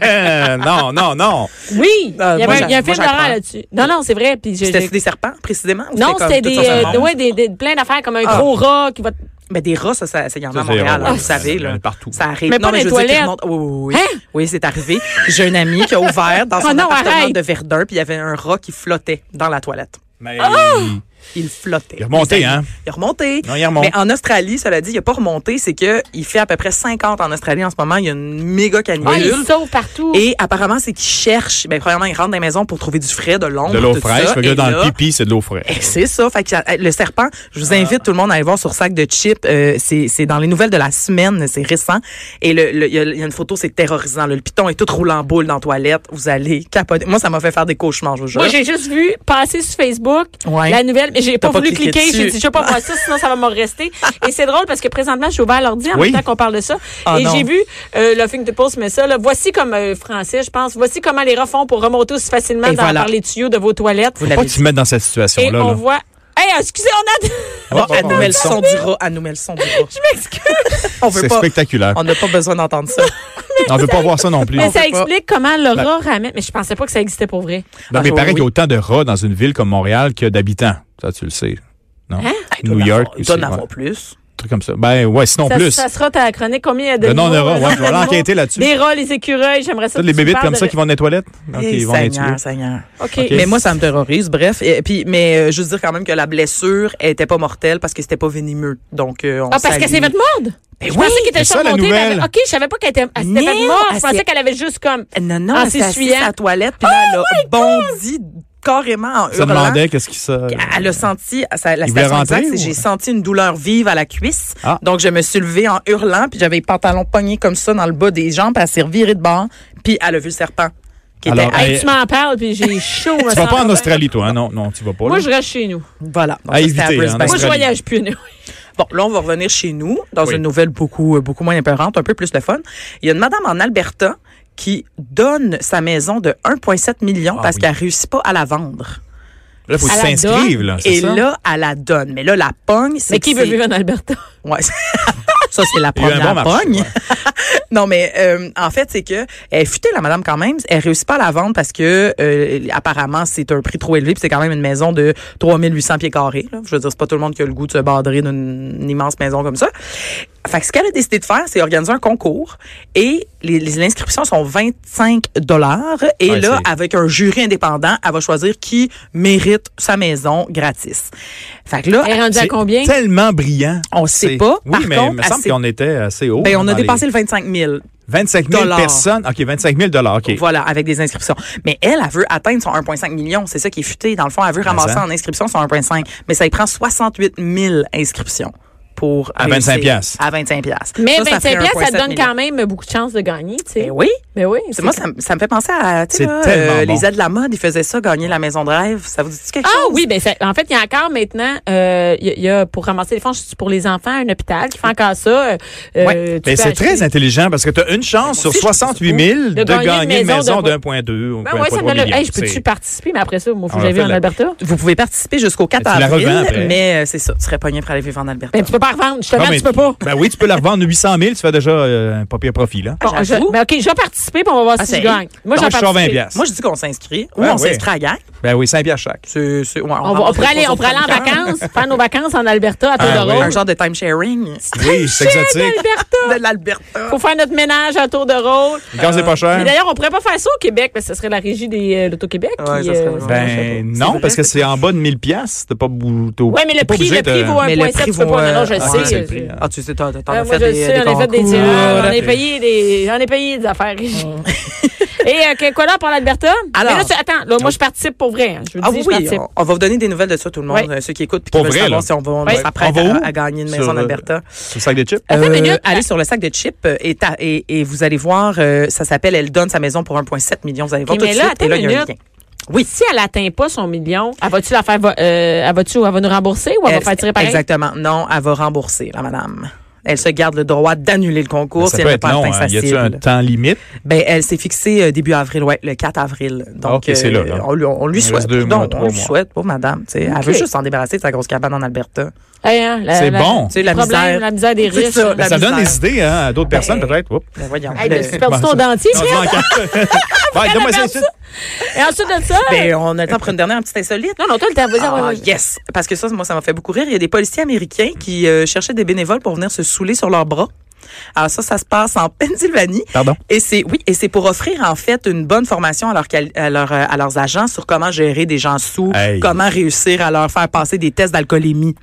Speaker 2: Euh, non, non, non.
Speaker 1: Oui!
Speaker 3: Euh,
Speaker 1: il y,
Speaker 3: moi,
Speaker 1: avait, il y a un
Speaker 3: j'a- moi,
Speaker 1: film d'horreur
Speaker 3: j'apprends.
Speaker 1: là-dessus. Non, non, c'est vrai. Puis j'ai-
Speaker 3: C'était
Speaker 1: j'ai-
Speaker 3: des serpents, précisément? ou
Speaker 1: Non,
Speaker 3: comme
Speaker 1: c'était
Speaker 3: tout
Speaker 1: des,
Speaker 3: ça, ça
Speaker 1: euh,
Speaker 3: monte?
Speaker 1: ouais, des, des- plein d'affaires comme un
Speaker 3: Ah.
Speaker 1: gros rat qui va. te-
Speaker 3: Mais des rats, ça, ça, ça, il y en a
Speaker 2: Ça,
Speaker 3: à
Speaker 2: c'est-
Speaker 3: Montréal, hein,
Speaker 2: ouais,
Speaker 3: vous savez.
Speaker 2: ça,
Speaker 3: Là.
Speaker 2: partout.
Speaker 3: Ça arrive.
Speaker 1: Mais pas dans
Speaker 3: je
Speaker 1: les
Speaker 3: veux dire que
Speaker 1: toilettes.
Speaker 3: le monde- Oui, oui, oui.
Speaker 1: Hein?
Speaker 3: Oui, c'est arrivé. J'ai un ami qui a ouvert dans son
Speaker 1: Oh non,
Speaker 3: appartement
Speaker 1: arrête.
Speaker 3: de Verdun, puis il y avait un rat qui flottait dans la toilette.
Speaker 2: Mais,
Speaker 3: Il flottait.
Speaker 2: Il est remonté, hein?
Speaker 3: Il est remonté.
Speaker 2: Non, il remonte.
Speaker 3: Mais en Australie, cela dit, il n'a pas remonté. C'est que il fait à peu près 50 en Australie en ce moment. Il y a une méga
Speaker 1: Ah,
Speaker 3: canicule.
Speaker 1: ils sautent partout.
Speaker 3: Et apparemment, c'est qu'ils cherchent. Ben, premièrement, ils rentrent dans les maisons pour trouver du frais, de l'ombre.
Speaker 2: De l'eau
Speaker 3: tout
Speaker 2: fraîche.
Speaker 3: ça.
Speaker 2: Fait que là,
Speaker 3: Et
Speaker 2: dans le
Speaker 3: là,
Speaker 2: pipi, c'est de l'eau fraîche.
Speaker 3: eh, C'est ça. Fait que ça- le serpent, je vous
Speaker 2: Ah.
Speaker 3: invite tout le monde à aller voir sur sac de chips. Euh, c'est c'est dans les nouvelles de la semaine, c'est récent. Et le- le- il y, a- il y a une photo, c'est terrorisant. là. Le piton est tout roulé en boule dans la toilette. Vous allez capoter. Moi, ça m'a fait faire des cauchemars, je vous jure.
Speaker 1: Moi, j'ai juste vu passer sur Facebook
Speaker 3: Ouais.
Speaker 1: la nouvelle, mais j'ai pas,
Speaker 3: pas
Speaker 1: voulu
Speaker 3: cliqué
Speaker 1: cliquer. J'ai
Speaker 3: dessus.
Speaker 1: dit, je vais pas voir ça, sinon ça va me rester. Et c'est drôle parce que présentement, j'ai ouvert l'ordi en
Speaker 2: Oui.
Speaker 1: même temps qu'on parle de ça.
Speaker 3: Ah
Speaker 1: et
Speaker 3: non.
Speaker 1: j'ai vu euh, de Post mais ça. Là, voici comme euh, français, je pense. Voici comment les refont pour remonter aussi facilement
Speaker 3: Et
Speaker 1: dans,
Speaker 3: voilà.
Speaker 1: par les tuyaux de vos toilettes.
Speaker 2: Faut
Speaker 3: Vous
Speaker 2: pas
Speaker 3: l'avez
Speaker 2: que tu te mettes dans cette
Speaker 1: Et
Speaker 2: situation-là.
Speaker 1: on
Speaker 2: là. Oh,
Speaker 1: voit. Hey, excusez, on a.
Speaker 2: Ah, ah,
Speaker 3: à nous
Speaker 2: ah,
Speaker 3: met le
Speaker 2: ah,
Speaker 3: son du rat. À nous met le son du rat. Je m'excuse. On veut
Speaker 2: C'est
Speaker 3: pas.
Speaker 2: spectaculaire.
Speaker 3: On n'a pas besoin d'entendre ça.
Speaker 2: On veut pas voir ça non plus.
Speaker 1: Mais
Speaker 3: on
Speaker 1: ça
Speaker 3: fait pas.
Speaker 1: explique comment Laura ramène. Mais je pensais pas que ça existait pour vrai.
Speaker 2: Non,
Speaker 3: Ah,
Speaker 2: mais
Speaker 3: oui,
Speaker 2: paraît
Speaker 3: oui.
Speaker 2: qu'il y a autant de rats dans une ville comme Montréal que d'habitants. Ça, tu le sais. Non?
Speaker 3: Il doit
Speaker 2: New
Speaker 3: en
Speaker 2: York.
Speaker 3: avoir- Il doit en
Speaker 2: aussi,
Speaker 3: avoir
Speaker 2: ouais.
Speaker 3: plus.
Speaker 2: Un truc comme ça. Ben, ouais, sinon
Speaker 1: Ça,
Speaker 2: plus.
Speaker 1: ça sera ta chronique. Combien il y a de.
Speaker 2: Le nom de
Speaker 1: numéros,
Speaker 2: rats, ouais, je vais
Speaker 1: animaux?
Speaker 2: l'enquêter là-dessus.
Speaker 1: Les rats, les écureuils, j'aimerais ça.
Speaker 2: Ça,
Speaker 1: que
Speaker 2: les
Speaker 1: tu
Speaker 2: bébés
Speaker 1: parles
Speaker 2: comme
Speaker 1: de-
Speaker 2: ça qui vont dans les toilettes. OK,
Speaker 3: Eh,
Speaker 2: ils vont les tuer.
Speaker 3: Seigneur, Seigneur.
Speaker 1: OK.
Speaker 3: Mais moi, ça me terrorise. Bref, et puis, mais euh, juste dire quand même que la blessure elle était pas mortelle parce que c'était pas vénémeux. Donc, euh, on
Speaker 1: Ah, parce
Speaker 3: salue.
Speaker 1: qu'elle s'est faite mordre?
Speaker 3: Ben
Speaker 1: je
Speaker 3: oui,
Speaker 1: pensais qu'elle était
Speaker 2: c'est ça, la
Speaker 1: surmontée. mais elle
Speaker 2: nouvelle.
Speaker 1: avait- OK, je savais pas qu'elle était, elle s'était faite
Speaker 3: Non,
Speaker 1: mordre. Je
Speaker 3: elle
Speaker 1: pensais
Speaker 3: s'est-
Speaker 1: qu'elle avait juste comme...
Speaker 3: Non, non,
Speaker 1: En
Speaker 3: elle s'est assise
Speaker 1: s'essuyant.
Speaker 3: à la toilette, puis là, elle a bondi carrément en
Speaker 2: Ça
Speaker 3: hurlant.
Speaker 2: demandait qu'est-ce qui ça.
Speaker 3: Elle a senti, ça- la
Speaker 2: Il voulait
Speaker 3: station exacte,
Speaker 2: rentrer,
Speaker 3: c'est
Speaker 2: ou-
Speaker 3: j'ai senti une douleur vive à la cuisse.
Speaker 2: Ah.
Speaker 3: Donc, je me suis levée en hurlant, puis j'avais les pantalons pognés comme ça dans le bas des jambes, puis elle s'est revirée de bord, puis elle a vu le serpent qui
Speaker 2: Alors,
Speaker 3: était...
Speaker 2: elle-
Speaker 1: Hey, tu m'en parles, puis j'ai chaud. me
Speaker 2: Ben, Tu vas
Speaker 1: sens
Speaker 2: pas en
Speaker 1: bien.
Speaker 2: Australie, toi, hein? Non, non, tu vas pas.
Speaker 1: Moi,
Speaker 2: là.
Speaker 1: je reste chez nous.
Speaker 3: Voilà. Donc,
Speaker 2: à
Speaker 3: ça, c'était
Speaker 2: éviter, hein,
Speaker 3: Brisbane.
Speaker 1: Moi, je
Speaker 2: Australie.
Speaker 1: voyage plus. nous.
Speaker 3: Bon, là, on va revenir chez nous dans
Speaker 2: Oui.
Speaker 3: une nouvelle beaucoup, euh, beaucoup moins épeurante, un peu plus le fun. Il y a une madame en Alberta qui donne sa maison de 1,7 million
Speaker 2: Ah
Speaker 3: parce
Speaker 2: oui.
Speaker 3: qu'elle réussit pas à la vendre.
Speaker 2: Là, faut
Speaker 1: À
Speaker 2: qu'ils
Speaker 1: la
Speaker 2: s'inscrivent,
Speaker 1: donne,
Speaker 2: là. c'est
Speaker 3: Et
Speaker 2: ça?
Speaker 3: là, elle la donne. Mais là, la pogne, c'est
Speaker 1: Mais
Speaker 3: que
Speaker 1: qui veut
Speaker 3: c'est-
Speaker 1: vivre en Alberta?
Speaker 3: Ouais. Ça, c'est la
Speaker 2: Il y a eu un
Speaker 3: première
Speaker 2: bon marché,
Speaker 3: pogne.
Speaker 2: ouais.
Speaker 3: Non, mais euh, en fait, c'est que elle est futée, la madame, quand même. Elle réussit pas à la vendre parce que euh, apparemment, c'est un prix trop élevé. Puis c'est quand même une maison de 3800 pieds carrés. là. Je veux dire, c'est pas tout le monde qui a le goût de se badrer d'une une immense maison comme ça. Fait que ce qu'elle a décidé de faire, c'est organiser un concours. Et les, les inscriptions sont 25 dollars. Et
Speaker 2: Ouais,
Speaker 3: là,
Speaker 2: c'est-
Speaker 3: avec un jury indépendant, elle va choisir qui mérite sa maison gratis. Fait que là,
Speaker 1: Elle est rendue à
Speaker 2: C'est
Speaker 1: combien?
Speaker 2: Tellement brillant.
Speaker 3: On sait
Speaker 2: C'est-
Speaker 3: pas.
Speaker 2: Oui,
Speaker 3: Par
Speaker 2: mais il
Speaker 3: contre,
Speaker 2: me
Speaker 3: à
Speaker 2: semble
Speaker 3: ces-
Speaker 2: qu'on était assez haut.
Speaker 3: ben, on
Speaker 2: dans
Speaker 3: a
Speaker 2: les-
Speaker 3: dépassé le 25 000.
Speaker 2: 25 000
Speaker 3: dollars.
Speaker 2: personnes. OK, 25 000 OK.
Speaker 3: Voilà, avec des inscriptions. Mais elle, elle veut atteindre son 1,5 million. C'est ça qui est futé. Dans le fond, elle veut ramasser
Speaker 2: Ben, ça.
Speaker 3: en inscription son 1,5. Mais ça y prend 68 000 inscriptions pour
Speaker 2: À
Speaker 3: réussir.
Speaker 2: 25 piastres.
Speaker 3: À 25 piastres.
Speaker 1: Mais
Speaker 3: Ça, ça
Speaker 1: 25
Speaker 3: fait
Speaker 1: piastres, ça te
Speaker 3: 1,7
Speaker 1: donne
Speaker 3: million.
Speaker 1: quand même beaucoup de chances de gagner, tu sais.
Speaker 3: Ben oui.
Speaker 1: Mais oui.
Speaker 3: C'est- Moi, ça, me- ça me fait penser à, tu sais,
Speaker 2: C'est
Speaker 3: là,
Speaker 2: tellement
Speaker 3: euh,
Speaker 2: bon.
Speaker 3: les aides de la mode, ils faisaient ça, gagner la maison de rêve. Ça vous dit quelque
Speaker 1: Ah
Speaker 3: chose?
Speaker 1: oui, ben ça- en fait, il y a encore maintenant, euh, il y a- il y, a pour ramasser les fonds c'est pour les enfants, un hôpital qui fait encore ça. Euh, tu
Speaker 3: Ouais.
Speaker 2: Ben,
Speaker 1: peux
Speaker 2: c'est
Speaker 1: acheter-
Speaker 2: très intelligent parce que tu as une chance sur
Speaker 3: aussi, je trouve
Speaker 2: 68 000 de gagner une maison d'un point deux ou
Speaker 1: Ben
Speaker 2: point
Speaker 1: ouais, ça
Speaker 2: trois
Speaker 1: me donne le-
Speaker 2: millions.
Speaker 1: Hey, je peux-tu
Speaker 2: C'est- Ah,
Speaker 1: participer? Mais après ça, moi, faut que
Speaker 2: On a
Speaker 1: j'aille
Speaker 2: fait
Speaker 1: vivre en
Speaker 2: la-
Speaker 1: Alberta.
Speaker 3: Vous pouvez participer jusqu'au 4
Speaker 2: Mais tu la revends
Speaker 3: avril,
Speaker 2: après.
Speaker 3: mais euh, c'est ça, tu serais pogné pour aller vivre en Alberta.
Speaker 1: Ben, tu peux pas revendre. Je te vends,
Speaker 2: mais-
Speaker 1: tu peux pas.
Speaker 2: Ben oui, tu peux la revendre 800 000, tu fais déjà euh, un pas pire profit, là.
Speaker 1: Bon, je,
Speaker 3: j'avoue.
Speaker 1: mais OK, je vais participer, puis on va voir
Speaker 3: Ah,
Speaker 1: si je
Speaker 3: c'est-
Speaker 1: gagne. Moi, je
Speaker 2: Donc,
Speaker 1: vais
Speaker 2: je suis en 20
Speaker 1: participer.
Speaker 2: piastres.
Speaker 3: Moi, je dis qu'on s'inscrit ou
Speaker 2: Ouais,
Speaker 3: on
Speaker 2: ouais.
Speaker 3: s'inscrit à la gang.
Speaker 2: Ben oui, 5 piastres chaque.
Speaker 3: C'est- c'est- ouais,
Speaker 1: On, va, on
Speaker 2: Ah,
Speaker 3: ramasse
Speaker 1: pourrait
Speaker 3: les
Speaker 1: aller, on
Speaker 3: trois
Speaker 1: pourrait aller en
Speaker 3: autres chroniqueurs.
Speaker 1: vacances, faire nos vacances en Alberta, à Todorol.
Speaker 2: oui. Ah,
Speaker 3: Un genre de time sharing.
Speaker 2: Oui, c'est exotique.
Speaker 1: Alberta.
Speaker 3: de l'Alberta.
Speaker 1: Faut faire notre ménage à tour de rôle.
Speaker 2: Le gaz n'est pas
Speaker 1: Mais
Speaker 2: cher.
Speaker 1: d'ailleurs, on pourrait pas faire ça au Québec, parce que ce serait la régie des, euh, de l'Auto-Québec.
Speaker 3: Ouais,
Speaker 1: qui,
Speaker 3: ça serait
Speaker 1: euh,
Speaker 3: drôle.
Speaker 2: Ben
Speaker 3: je sais pas.
Speaker 2: non,
Speaker 3: C'est
Speaker 2: parce
Speaker 3: vrai,
Speaker 2: que c'est en bas de 1000 piastres, t'as pas bou- t'as-
Speaker 1: Ouais, mais le
Speaker 2: t'es pas
Speaker 1: prix,
Speaker 2: obligé
Speaker 1: le
Speaker 2: de-
Speaker 1: prix vaut
Speaker 3: Mais le
Speaker 1: 1,7. Tu
Speaker 3: prix
Speaker 1: peux
Speaker 3: vaut,
Speaker 1: pas. Non, non, je
Speaker 3: euh,
Speaker 2: ouais,
Speaker 1: sais.
Speaker 2: c'est
Speaker 1: euh,
Speaker 2: le prix, hein.
Speaker 3: Ah, tu sais, t'en t'en
Speaker 1: Ah,
Speaker 3: as
Speaker 1: moi,
Speaker 3: fait
Speaker 1: je le
Speaker 3: des,
Speaker 1: sais,
Speaker 3: des
Speaker 1: on a fait des
Speaker 3: concours.
Speaker 1: tireurs,
Speaker 2: euh,
Speaker 1: on a
Speaker 2: rapide.
Speaker 1: payé des, on a payé des affaires. Régie.
Speaker 2: Oh.
Speaker 1: Et euh, que- quoi là pour l'Alberta?
Speaker 3: Alors.
Speaker 1: Mais là, tu- attends, là, moi, je participe pour vrai. hein. Je vous
Speaker 3: Ah
Speaker 1: dis,
Speaker 3: oui,
Speaker 1: je
Speaker 3: oui,
Speaker 1: participe.
Speaker 3: on, on va vous donner des nouvelles de ça, tout le monde,
Speaker 1: Ouais.
Speaker 3: euh, ceux qui écoutent puis
Speaker 2: Pour
Speaker 3: qui veulent
Speaker 2: vrai,
Speaker 3: savoir
Speaker 2: là.
Speaker 3: si on va on
Speaker 1: Ouais.
Speaker 3: s'apprête
Speaker 2: On va
Speaker 3: à,
Speaker 2: où?
Speaker 3: à gagner une
Speaker 2: Sur,
Speaker 3: maison en
Speaker 2: euh,
Speaker 3: Alberta.
Speaker 2: Sur le sac de chips?
Speaker 1: Attends une minute.
Speaker 3: allez sur le sac de chips euh, et, ta- et, et vous allez voir, euh, ça s'appelle Elle donne sa maison pour 1,7 million. Vous allez voir
Speaker 1: Ok,
Speaker 3: tout de
Speaker 1: mais là,
Speaker 3: suite.
Speaker 1: attends
Speaker 3: Et là, il y a un
Speaker 1: une
Speaker 3: lien.
Speaker 1: minute.
Speaker 3: Oui.
Speaker 1: Si elle atteint pas son million, elle va-tu la faire, va- euh, elle va-tu, elle va nous rembourser ou elle, va
Speaker 3: Elle-
Speaker 1: faire tirer pareil?
Speaker 3: Exactement. Non, elle va rembourser, la madame. Elle se garde le droit d'annuler le concours
Speaker 2: Ça
Speaker 3: si
Speaker 2: peut
Speaker 3: elle n'a
Speaker 2: être
Speaker 3: pas
Speaker 2: long,
Speaker 3: atteint
Speaker 2: hein.
Speaker 3: sa
Speaker 2: Y a-tu un
Speaker 3: cible.
Speaker 2: temps limite?
Speaker 3: Ben, elle s'est fixée euh, début avril, ouais, le 4 avril. Donc,
Speaker 2: Ok, c'est là,
Speaker 3: euh,
Speaker 2: là.
Speaker 3: on lui, on lui
Speaker 2: Il
Speaker 3: souhaite.
Speaker 2: reste deux
Speaker 3: Donc,
Speaker 2: mois,
Speaker 3: on
Speaker 2: trois
Speaker 3: lui
Speaker 2: mois.
Speaker 3: souhaite, pour madame. tu sais. Elle
Speaker 1: Ok.
Speaker 3: veut juste s'en débarrasser de sa grosse cabane en Alberta.
Speaker 1: Eh, hein, la-
Speaker 2: C'est
Speaker 1: la-
Speaker 2: bon.
Speaker 1: Tu sais, la
Speaker 3: Problème,
Speaker 1: misère.
Speaker 3: la misère
Speaker 1: des
Speaker 3: des
Speaker 1: riches.
Speaker 3: riches.
Speaker 2: Ben,
Speaker 3: La
Speaker 2: ça donne des
Speaker 3: misère.
Speaker 2: idées hein, à d'autres personnes, peut-être. Oups.
Speaker 3: Ben, voyons.
Speaker 1: Hey,
Speaker 3: Le-
Speaker 1: ben, tu perds
Speaker 2: Bon,
Speaker 1: ton
Speaker 2: ça-
Speaker 1: dentier,
Speaker 2: Non,
Speaker 1: tu
Speaker 2: je
Speaker 1: vois.
Speaker 2: manque un- Ouais, donne-moi ça
Speaker 1: perdre
Speaker 2: ici.
Speaker 1: Et ensuite de ça.
Speaker 3: Ben, on a le temps pour une dernière petite insolite.
Speaker 1: Non, non, toi, le t'as vas-y,
Speaker 3: Ah,
Speaker 1: ouais, ouais.
Speaker 3: yes! Parce que ça, moi, ça m'a fait beaucoup rire. Il y a des policiers américains qui euh, cherchaient des bénévoles pour venir se saouler sur leurs bras. Alors ça, ça se passe en Pennsylvanie.
Speaker 2: Pardon?
Speaker 3: Et c'est oui, et c'est pour offrir en fait une bonne formation à, leurs quali- à, leurs, euh, à leurs agents sur comment gérer des gens sous,
Speaker 2: Hey.
Speaker 3: comment réussir à leur faire passer des tests d'alcoolémie.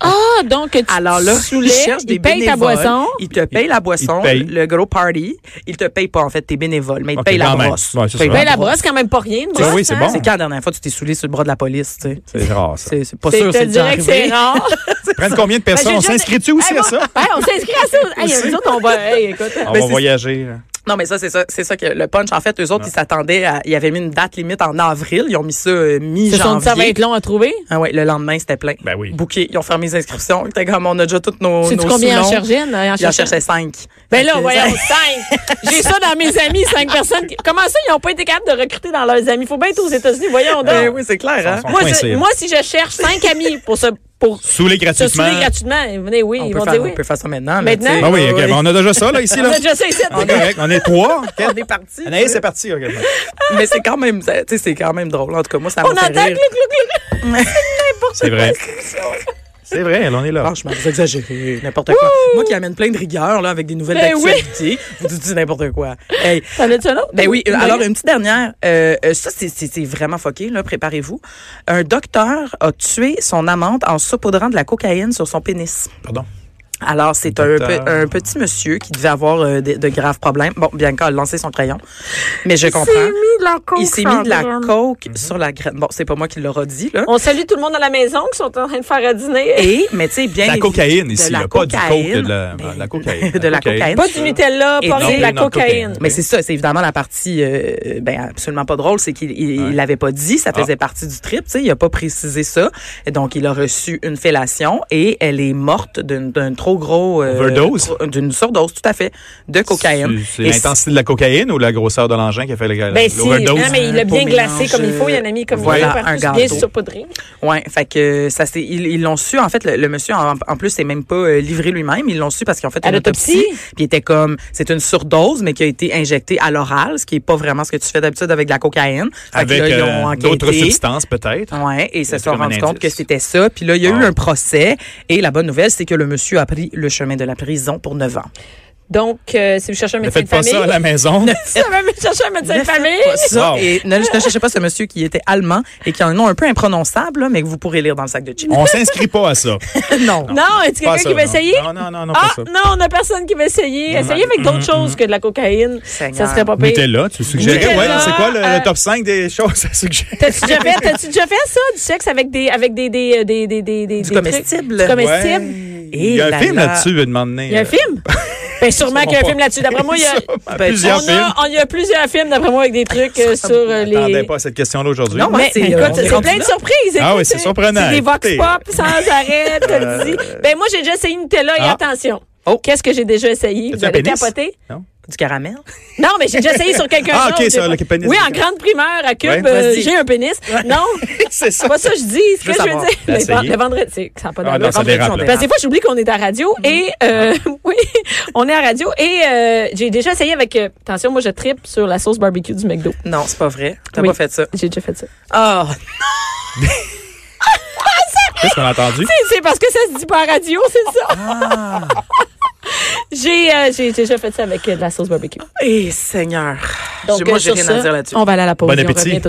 Speaker 1: Ah, donc tu
Speaker 3: Alors là,
Speaker 1: te soulèves,
Speaker 3: ils cherchent des
Speaker 1: ils payent ta
Speaker 3: bénévoles.
Speaker 1: boisson.
Speaker 3: Ils te payent la boisson,
Speaker 2: te payent.
Speaker 3: le gros party. Ils te payent pas en fait tes bénévoles, mais ils te
Speaker 2: Ok,
Speaker 3: payent la
Speaker 2: quand même.
Speaker 3: brosse.
Speaker 2: Ouais, c'est
Speaker 3: Ils te
Speaker 2: ça.
Speaker 1: Ben, la brosse, quand même pas rien. une
Speaker 2: Ben
Speaker 1: brosse,
Speaker 2: oui, c'est
Speaker 1: hein?
Speaker 2: bon.
Speaker 3: Ah C'est quand la dernière fois tu t'es saoulé sur le bras de la police, tu sais.
Speaker 2: C'est rare, ça.
Speaker 3: C'est c'est pas
Speaker 1: C'est-
Speaker 3: sûr,
Speaker 1: je te
Speaker 3: c'est déjà
Speaker 1: dirais que c'est
Speaker 3: arrivé.
Speaker 1: rare.
Speaker 2: Prennent combien de
Speaker 1: Ben,
Speaker 2: personnes?
Speaker 1: j'ai
Speaker 2: on
Speaker 1: déjà-
Speaker 2: s'inscrit-tu aussi
Speaker 1: Hey,
Speaker 2: à
Speaker 1: moi-
Speaker 2: ça?
Speaker 1: Hey, on s'inscrit à ça. Hey, nous autres, on va. Hey, écoute.
Speaker 2: On va
Speaker 3: Ben, c'est-
Speaker 2: voyager. là.
Speaker 3: Non, mais ça, c'est ça, c'est ça que le punch. En fait, eux autres, ils s'attendaient à, ils avaient mis une date limite en avril. Ils ont mis ça euh,
Speaker 1: Ils se sont dit, ça va
Speaker 3: mi-janvier.
Speaker 1: être long à trouver.
Speaker 3: Ah ouais, le lendemain, c'était plein.
Speaker 2: Ben oui.
Speaker 3: Bouquet. Ils ont fermé les inscriptions. Ils étaient comme, on a déjà toutes nos,
Speaker 1: Sais-tu
Speaker 3: nos
Speaker 1: combien en
Speaker 3: sous-noms.
Speaker 1: cherchaient? en
Speaker 3: Ils en
Speaker 1: cherchaient?
Speaker 3: cherchaient cinq.
Speaker 1: Ben là,
Speaker 3: Fait que-
Speaker 1: voyons, cinq. J'ai ça dans mes amis, cinq personnes. qui- Comment ça, ils n'ont pas été capables de recruter dans leurs amis? Faut bien être aux États-Unis, voyons
Speaker 3: Ben
Speaker 1: donc.
Speaker 3: oui, c'est clair, hein?
Speaker 2: Ils sont-
Speaker 1: Moi, je-
Speaker 2: coincés.
Speaker 1: moi, si je cherche cinq amis pour se, pour
Speaker 2: Saoulé
Speaker 1: se
Speaker 2: gratuitement.
Speaker 1: saouler gratuitement, venez, oui,
Speaker 3: On,
Speaker 1: Eh, ils
Speaker 3: peut
Speaker 1: vont
Speaker 3: faire,
Speaker 1: dire
Speaker 3: on
Speaker 1: oui.
Speaker 3: peut faire ça
Speaker 1: Maintenant?
Speaker 3: maintenant. mais tu sais,
Speaker 2: Ben oui,
Speaker 3: ouais,
Speaker 2: ok, ben, on a déjà ça, là, ici,
Speaker 1: On
Speaker 2: là.
Speaker 1: a déjà ça ici.
Speaker 2: On est correct. On est trois.
Speaker 3: on est parti.
Speaker 2: Anaïs, c'est parti. ok.
Speaker 3: mais c'est quand même, ça- tu sais, c'est quand même drôle. En tout cas, moi, ça
Speaker 1: On
Speaker 3: m'a fait
Speaker 1: entend
Speaker 3: rire.
Speaker 1: glouc, glouc, glouc.
Speaker 2: C'est vrai. C'est vrai, là, on est là.
Speaker 3: Franchement, vous exagérez n'importe quoi. Moi qui amène plein de rigueur là, avec des nouvelles
Speaker 1: Ben oui.
Speaker 3: d'actualité, vous dites n'importe quoi. Hey,
Speaker 1: T'en as-tu un autre?
Speaker 3: Ben oui,
Speaker 1: Une
Speaker 3: alors
Speaker 1: blague?
Speaker 3: une petite dernière. Euh, euh, ça, c'est- c'est c'est vraiment foqué, là, préparez-vous. Un docteur a tué son amante en saupoudrant de la cocaïne sur son pénis.
Speaker 2: Pardon.
Speaker 3: Alors, c'est un,
Speaker 2: Docteur.
Speaker 3: pe- un petit monsieur qui devait avoir euh, de, de graves problèmes. Bon, Bianca a lancé son crayon, mais je comprends. Il s'est mis de la coke sur la graine. Bon, c'est pas moi qui l'aura dit, là.
Speaker 1: On salue tout le monde à la maison qui sont en train de faire à dîner.
Speaker 3: Et, mais tu sais, bien...
Speaker 2: La
Speaker 3: évi-
Speaker 2: cocaïne
Speaker 3: de
Speaker 2: ici,
Speaker 3: la
Speaker 2: là, pas du coke,
Speaker 3: cocaïne.
Speaker 2: de la,
Speaker 3: Ben,
Speaker 2: de la cocaïne.
Speaker 3: de la cocaïne.
Speaker 1: Pas du Nutella,
Speaker 3: Et
Speaker 1: pas
Speaker 3: non,
Speaker 1: de la
Speaker 2: non,
Speaker 1: cocaïne.
Speaker 2: cocaïne.
Speaker 3: Mais c'est ça, c'est évidemment la partie euh, ben absolument pas drôle, c'est qu'il il, il l'avait pas dit,
Speaker 2: Ah.
Speaker 3: ça faisait partie du trip, tu sais, il a pas précisé ça. Et donc il a reçu une fellation et elle est morte d'une- d'un trop gros euh,
Speaker 2: Overdose?
Speaker 3: trop- d'une surdose tout à fait de cocaïne.
Speaker 2: C'est c'est
Speaker 3: Et
Speaker 2: l'intensité de la cocaïne ou la grosseur de l'engin qui a fait le-
Speaker 1: Ben si,
Speaker 2: l'overdose?
Speaker 1: non, mais il l'a
Speaker 3: Beau
Speaker 1: bien glacé
Speaker 3: mélange,
Speaker 1: comme il faut, il y en a mis comme il faut,
Speaker 3: euh, voilà,
Speaker 1: partout,
Speaker 3: un
Speaker 1: c'est bien
Speaker 3: gâteau.
Speaker 1: saupoudré.
Speaker 3: Ouais, fait que ça c'est ils ils l'ont su en fait le, le monsieur en, en plus c'est même pas euh, livré lui-même, ils l'ont su parce qu'en fait
Speaker 1: À
Speaker 3: une
Speaker 1: l'autopsie?
Speaker 3: autopsie, puis il était comme c'est une surdose mais qui a été injectée à l'oral, ce qui est pas vraiment ce que tu fais d'habitude avec la cocaïne. Fait que
Speaker 2: Avec
Speaker 3: là, ils
Speaker 2: euh,
Speaker 3: ont
Speaker 2: d'autres
Speaker 3: enquêté.
Speaker 2: substances,
Speaker 1: Ah,
Speaker 2: peut-être.
Speaker 3: Ouais, et ils se
Speaker 2: a
Speaker 3: sont
Speaker 2: comme un
Speaker 3: rendus compte
Speaker 2: indice.
Speaker 3: que c'était ça. Puis là, il y a eu
Speaker 2: Ah.
Speaker 3: un procès. Et la bonne nouvelle, c'est que le monsieur a pris le chemin de la prison pour 9 ans.
Speaker 1: Donc, euh, si vous cherchez un
Speaker 2: Ne
Speaker 1: médecin de
Speaker 2: faites pas
Speaker 1: famille,
Speaker 2: ça à la maison.
Speaker 1: si vous avez cherché un médecin de famille,
Speaker 3: Pas ça.
Speaker 2: Wow.
Speaker 3: Et ne, ne cherchez pas ce monsieur qui était allemand et qui a un nom un peu imprononçable, là, mais que vous pourrez lire dans le sac de chips.
Speaker 2: On s'inscrit pas à ça.
Speaker 3: non.
Speaker 1: non, est-ce
Speaker 2: Pas
Speaker 1: quelqu'un
Speaker 2: à ça,
Speaker 1: qui va
Speaker 2: non.
Speaker 1: essayer?
Speaker 2: Non, non, non, non,
Speaker 1: Ah,
Speaker 2: pas ça.
Speaker 1: non, on n'a personne qui va essayer. Essayez avec d'autres choses que de la cocaïne.
Speaker 3: Seigneur.
Speaker 1: Ça serait pas pire.
Speaker 2: Nutella, tu suggérais.
Speaker 1: Nutella,
Speaker 2: Ouais, c'est quoi le, le
Speaker 1: euh,
Speaker 2: top 5 des choses à suggérer?
Speaker 1: T'as-tu déjà fait, t'as-tu déjà fait ça, du sexe avec des, avec des, des, euh, des, des, des, des- des
Speaker 3: Du
Speaker 1: trucs?
Speaker 3: comestible.
Speaker 1: Du comestible.
Speaker 2: Ouais. Il y a
Speaker 3: Et là
Speaker 2: un film
Speaker 3: là.
Speaker 2: là-dessus, de demander.
Speaker 1: eh Il y a un film? Ben, sûrement qu'il y a un film là-dessus. D'après moi, il y a, ben,
Speaker 2: Plusieurs
Speaker 1: on a-
Speaker 2: films.
Speaker 1: on- il y a plusieurs films, d'après moi, avec des trucs euh, sur euh,
Speaker 2: Je m'attendais
Speaker 1: les,
Speaker 2: pas à cette question-là aujourd'hui.
Speaker 3: Non,
Speaker 1: Mais
Speaker 3: Ah, Ouais, c'est- euh,
Speaker 1: écoute,
Speaker 3: on est
Speaker 1: c'est
Speaker 3: rendu
Speaker 1: plein de
Speaker 3: là.
Speaker 1: surprises.
Speaker 2: Ah
Speaker 1: écoute,
Speaker 2: oui, c'est surprenant.
Speaker 1: C'est des vox
Speaker 2: Écoutez. Euh.
Speaker 1: pop sans arrêt, tu le dis. Ben moi, j'ai déjà essayé Nutella et
Speaker 2: Ah.
Speaker 1: attention.
Speaker 3: Oh.
Speaker 1: Qu'est-ce que j'ai déjà essayé?
Speaker 2: As-tu
Speaker 1: Vous
Speaker 2: un
Speaker 1: allez
Speaker 2: pénis?
Speaker 1: capoter?
Speaker 3: Du caramel.
Speaker 1: Non, mais j'ai déjà essayé sur quelqu'un
Speaker 2: Ah,
Speaker 1: d'autre.
Speaker 2: ok, sur
Speaker 1: j'ai-
Speaker 2: le pénis.
Speaker 1: Oui, en grande primaire à Cube,
Speaker 2: Ouais.
Speaker 1: euh,
Speaker 3: Vas-y.
Speaker 1: j'ai un pénis. Non,
Speaker 2: c'est
Speaker 1: c'est
Speaker 2: ça.
Speaker 1: pas ça que je dis. Ce
Speaker 3: Je
Speaker 1: que je veux
Speaker 3: veux savoir.
Speaker 1: dire,
Speaker 2: T'as
Speaker 1: le, ven-
Speaker 2: essayé?
Speaker 1: le vendredi, Ah, c'est que ça n'a pas
Speaker 2: Ah
Speaker 1: d'allure.
Speaker 2: non, Mm. ça dérape. là.
Speaker 1: Parce que des fois, j'oublie qu'on est à radio et euh,
Speaker 2: Ah.
Speaker 1: oui, on est à radio et euh, j'ai déjà essayé avec. euh, attention, moi, je tripe sur la sauce barbecue du McDo.
Speaker 3: Non, c'est pas vrai. T'as
Speaker 1: Oui.
Speaker 3: pas fait ça.
Speaker 1: J'ai déjà fait ça.
Speaker 3: Ah,
Speaker 2: Qu'est-ce qu'on a entendu?
Speaker 1: C'est parce que ça se dit pas à radio, c'est ça.
Speaker 2: Ah.
Speaker 1: j'ai, euh, j'ai déjà fait
Speaker 2: Ah.
Speaker 1: ça avec euh, de la sauce barbecue.
Speaker 3: et Seigneur. Moi,
Speaker 1: euh,
Speaker 3: j'ai
Speaker 1: sur
Speaker 3: rien
Speaker 1: ça,
Speaker 3: à dire là-dessus.
Speaker 1: On va aller à la pause.
Speaker 2: Bon
Speaker 1: et on
Speaker 2: appétit.
Speaker 1: revient tout de suite.